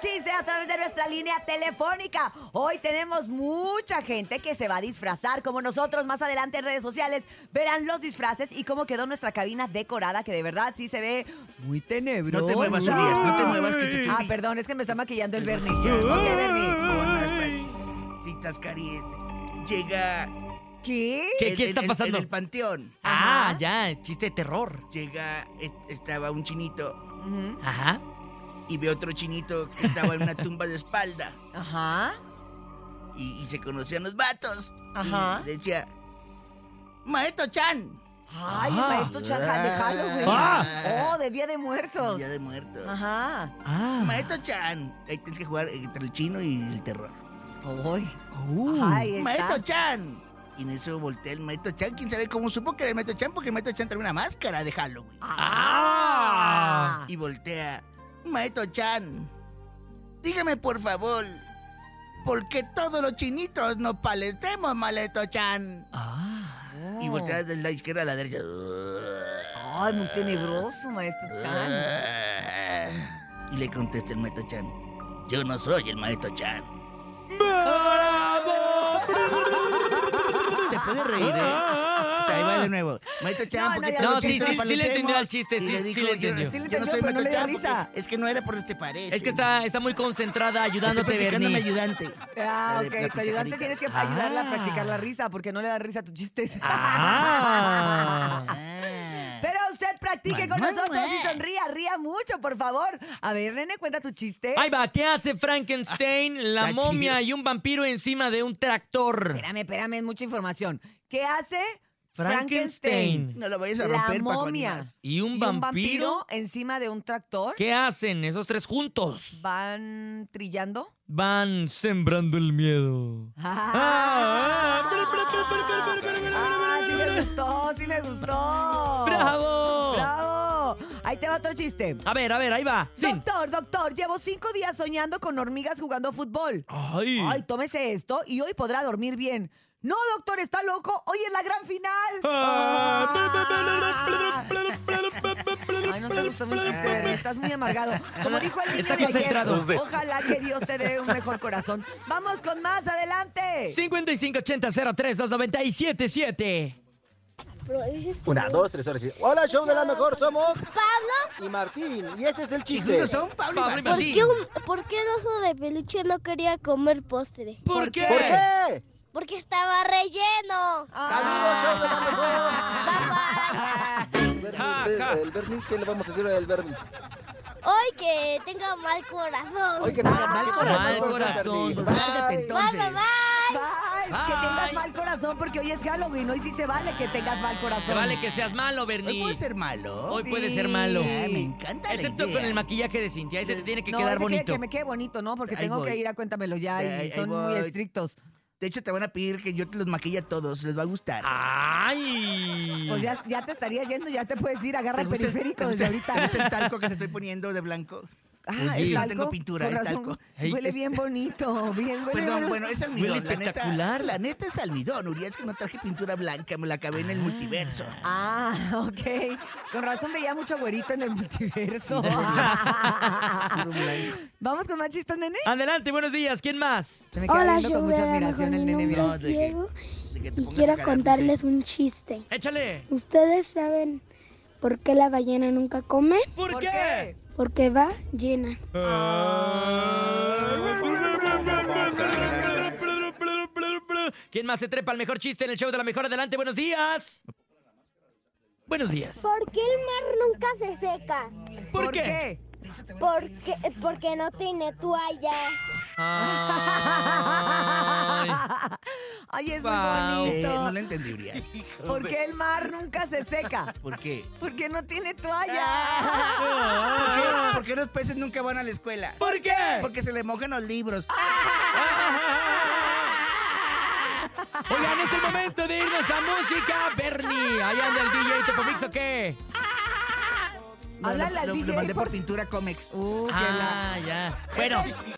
chistes a través de nuestra línea telefónica. Hoy tenemos mucha gente que se va a disfrazar como nosotros. Más adelante en redes sociales verán los disfraces y cómo quedó nuestra cabina decorada, que de verdad sí se ve muy tenebrosa. No te muevas, Urias, no te muevas. Que te Ah, perdón, es que me está maquillando el Bernie. Ay. Ok, Bernie. Citas, Cari. Llega. ¿Qué? ¿Qué- en- qué está en- pasando? En el panteón. Ah, Ajá. ya, el chiste de terror. Llega. es- Estaba un chinito. Ujú. Ajá. Y ve otro chinito que estaba en una tumba de espalda. Ajá. Y, y se conocían los vatos. Ajá. Y le decía. Maestro Chan. Ay, el Ah. maestro Chanja de Halloween. Ah. Oh, de Día de Muertos. Ya de muerto. Ajá. Ah. Maestro Chan. Ahí tienes que jugar entre el chino y el terror. Ay. Uh. Ajá, ahí está. Maestro Chan. Y en eso voltea el maestro Chan. ¿Quién sabe cómo supo que era el maestro Chan? Porque el maestro Chan trae una máscara de Halloween. Ah. Y voltea. Maestro Chan. Dígame por favor. ¿Por qué todos los chinitos nos palestemos, maestro Chan? Ah. Y voltea de la izquierda a la derecha. Ah. Ay, muy tenebroso, maestro Chan. Y le contesta el maestro Chan. Yo no soy el maestro Chan. Te puedes reír, ¿eh? O sea, ahí va de nuevo. Maestro Chan, No, ¿por no, qué ya todos no. los Sí, chinitos sí, nos sí le entendió palecemos? al chiste, Y sí, le sí dijo, le yo- entendió. Sí le Yo no entendió, soy pero no maestro le dio Chan. porque- risa. Es que no era porque se parece. Es que está, está muy concentrada Estoy ayudándote, practicando mi Bernie. ayudante. Ah, La de- ok. la Tu ayudante picajaritas. tienes que Ah. ayudarla a practicar la risa porque no le da risa a tus chistes. Ah. Ah. Pero usted practique con Mamá. nosotros y sonría, ría mucho, por favor. A ver, Nene, cuenta tu chiste. Ahí va, ¿qué hace Frankenstein, la está momia chido. y un vampiro encima de un tractor? Espérame, espérame, es mucha información. ¿Qué hace Frankenstein. No lo vayas a La romper, Paco momia. Animas. ¿Y un vampiro? encima de un tractor. ¿Qué hacen esos tres juntos? Van trillando. Van sembrando el miedo. Ah, ah, Ah, sí me gustó, sí me Oh. gustó. ¡Bravo! ¡Bravo! Ahí te va otro chiste. A ver, a ver, ahí va. Sin. Doctor, doctor, llevo cinco días soñando con hormigas jugando fútbol. Ay. Ay, tómese esto y hoy podrá dormir bien. No, doctor, está loco. Hoy es la gran final. Ah. Ay, no te gustó mi chiste, estás muy amargado. Como dijo el niño Eh. Está de ayer, concentrado. ojalá que Dios te dé un mejor corazón. Vamos con más, adelante. 5580-032977. Una, dos, tres, horas. Hola, show de la mejor, somos Pablo y Martín. Y este es el Y chiste. juntos son Pablo y Pablo y Martín. ¿Por Martín. qué, un- por qué el oso de peluche no quería comer postre? ¿Por qué? ¿Por qué? Porque estaba relleno. Saludos, show de la mejor. El Ja, Bernie, ja. el Bernie, ¿qué le vamos a decir al Bernie? Hoy que tenga mal corazón. Oye, que tenga mal mal corazón. corazón. Bernie. Ándate, Bye. Bye, entonces. bye, bye. Bye. Que Bye. tengas mal corazón porque hoy es Halloween. Hoy sí se vale que tengas mal corazón. Se vale que seas malo, Hoy Bernie. puede ser malo. Hoy Sí. puede ser malo. Ay, me encanta la Excepto idea. con el maquillaje de Cintia. Ese te tiene que No, quedar ese quiere bonito. Que me quede bonito, ¿no? Porque Ahí tengo que voy. ir a Cuéntamelo ya y Ahí- ahí son muy voy. estrictos. De hecho, te van a pedir que yo te los maquille a todos. Les va a gustar. Ah, ¡Ay! Pues ya, ya te estarías yendo, ya te puedes ir, agarra ¿Te el gusta el- periférico te desde gusta- ahorita. te gusta el talco que te estoy poniendo de blanco? Ah, Oye, es yo talco. no tengo pintura, Con es razón, talco. Ey, Huele es- bien bonito, bien huele Perdón, bien- bueno, es almidón. Huele espectacular. La neta, la neta es almidón, Uriah. Es que no traje pintura blanca, me la acabé en el multiverso. Ah, ok. Con razón veía mucho güerito en el multiverso. Vamos con más chistes, nene. Adelante, buenos días. ¿Quién más? Se me queda Hola, viendo yo con voy mucha a la admiración el mejor, nene. mi mira. No, nombre de que- Diego, de que te y pongas a quiero jalar, contarles un chiste. Échale. ¿Ustedes saben por qué la ballena nunca come? ¿Por, ¿Por qué? qué? Porque va llena. ¿Quién más se trepa al mejor chiste en el show de la mejor? Adelante, buenos días. Buenos días. ¿Por qué el mar nunca se seca? ¿Por qué? Porque, porque no tiene toalla. Ay. Ay, es Wow. muy Eh, bonito. no lo entendí, Uriah. ¿Por qué el mar nunca se seca? ¿Por qué? Porque no tiene toalla. ¿Por qué? ¿Por qué los peces nunca van a la escuela? ¿Por qué? Porque se le mojan los libros. Oigan, es el momento de irnos a música, Bernie. Ahí anda el DJ Topomix o qué? No, Háblale lo- al lo- DJ, Lo mandé por- por pintura cómics. Uh, qué la- Ah, ya. Bueno,